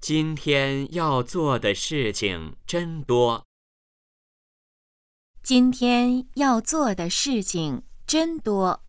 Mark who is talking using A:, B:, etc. A: 今天要做的事情真多。
B: 今天要做的事情真多。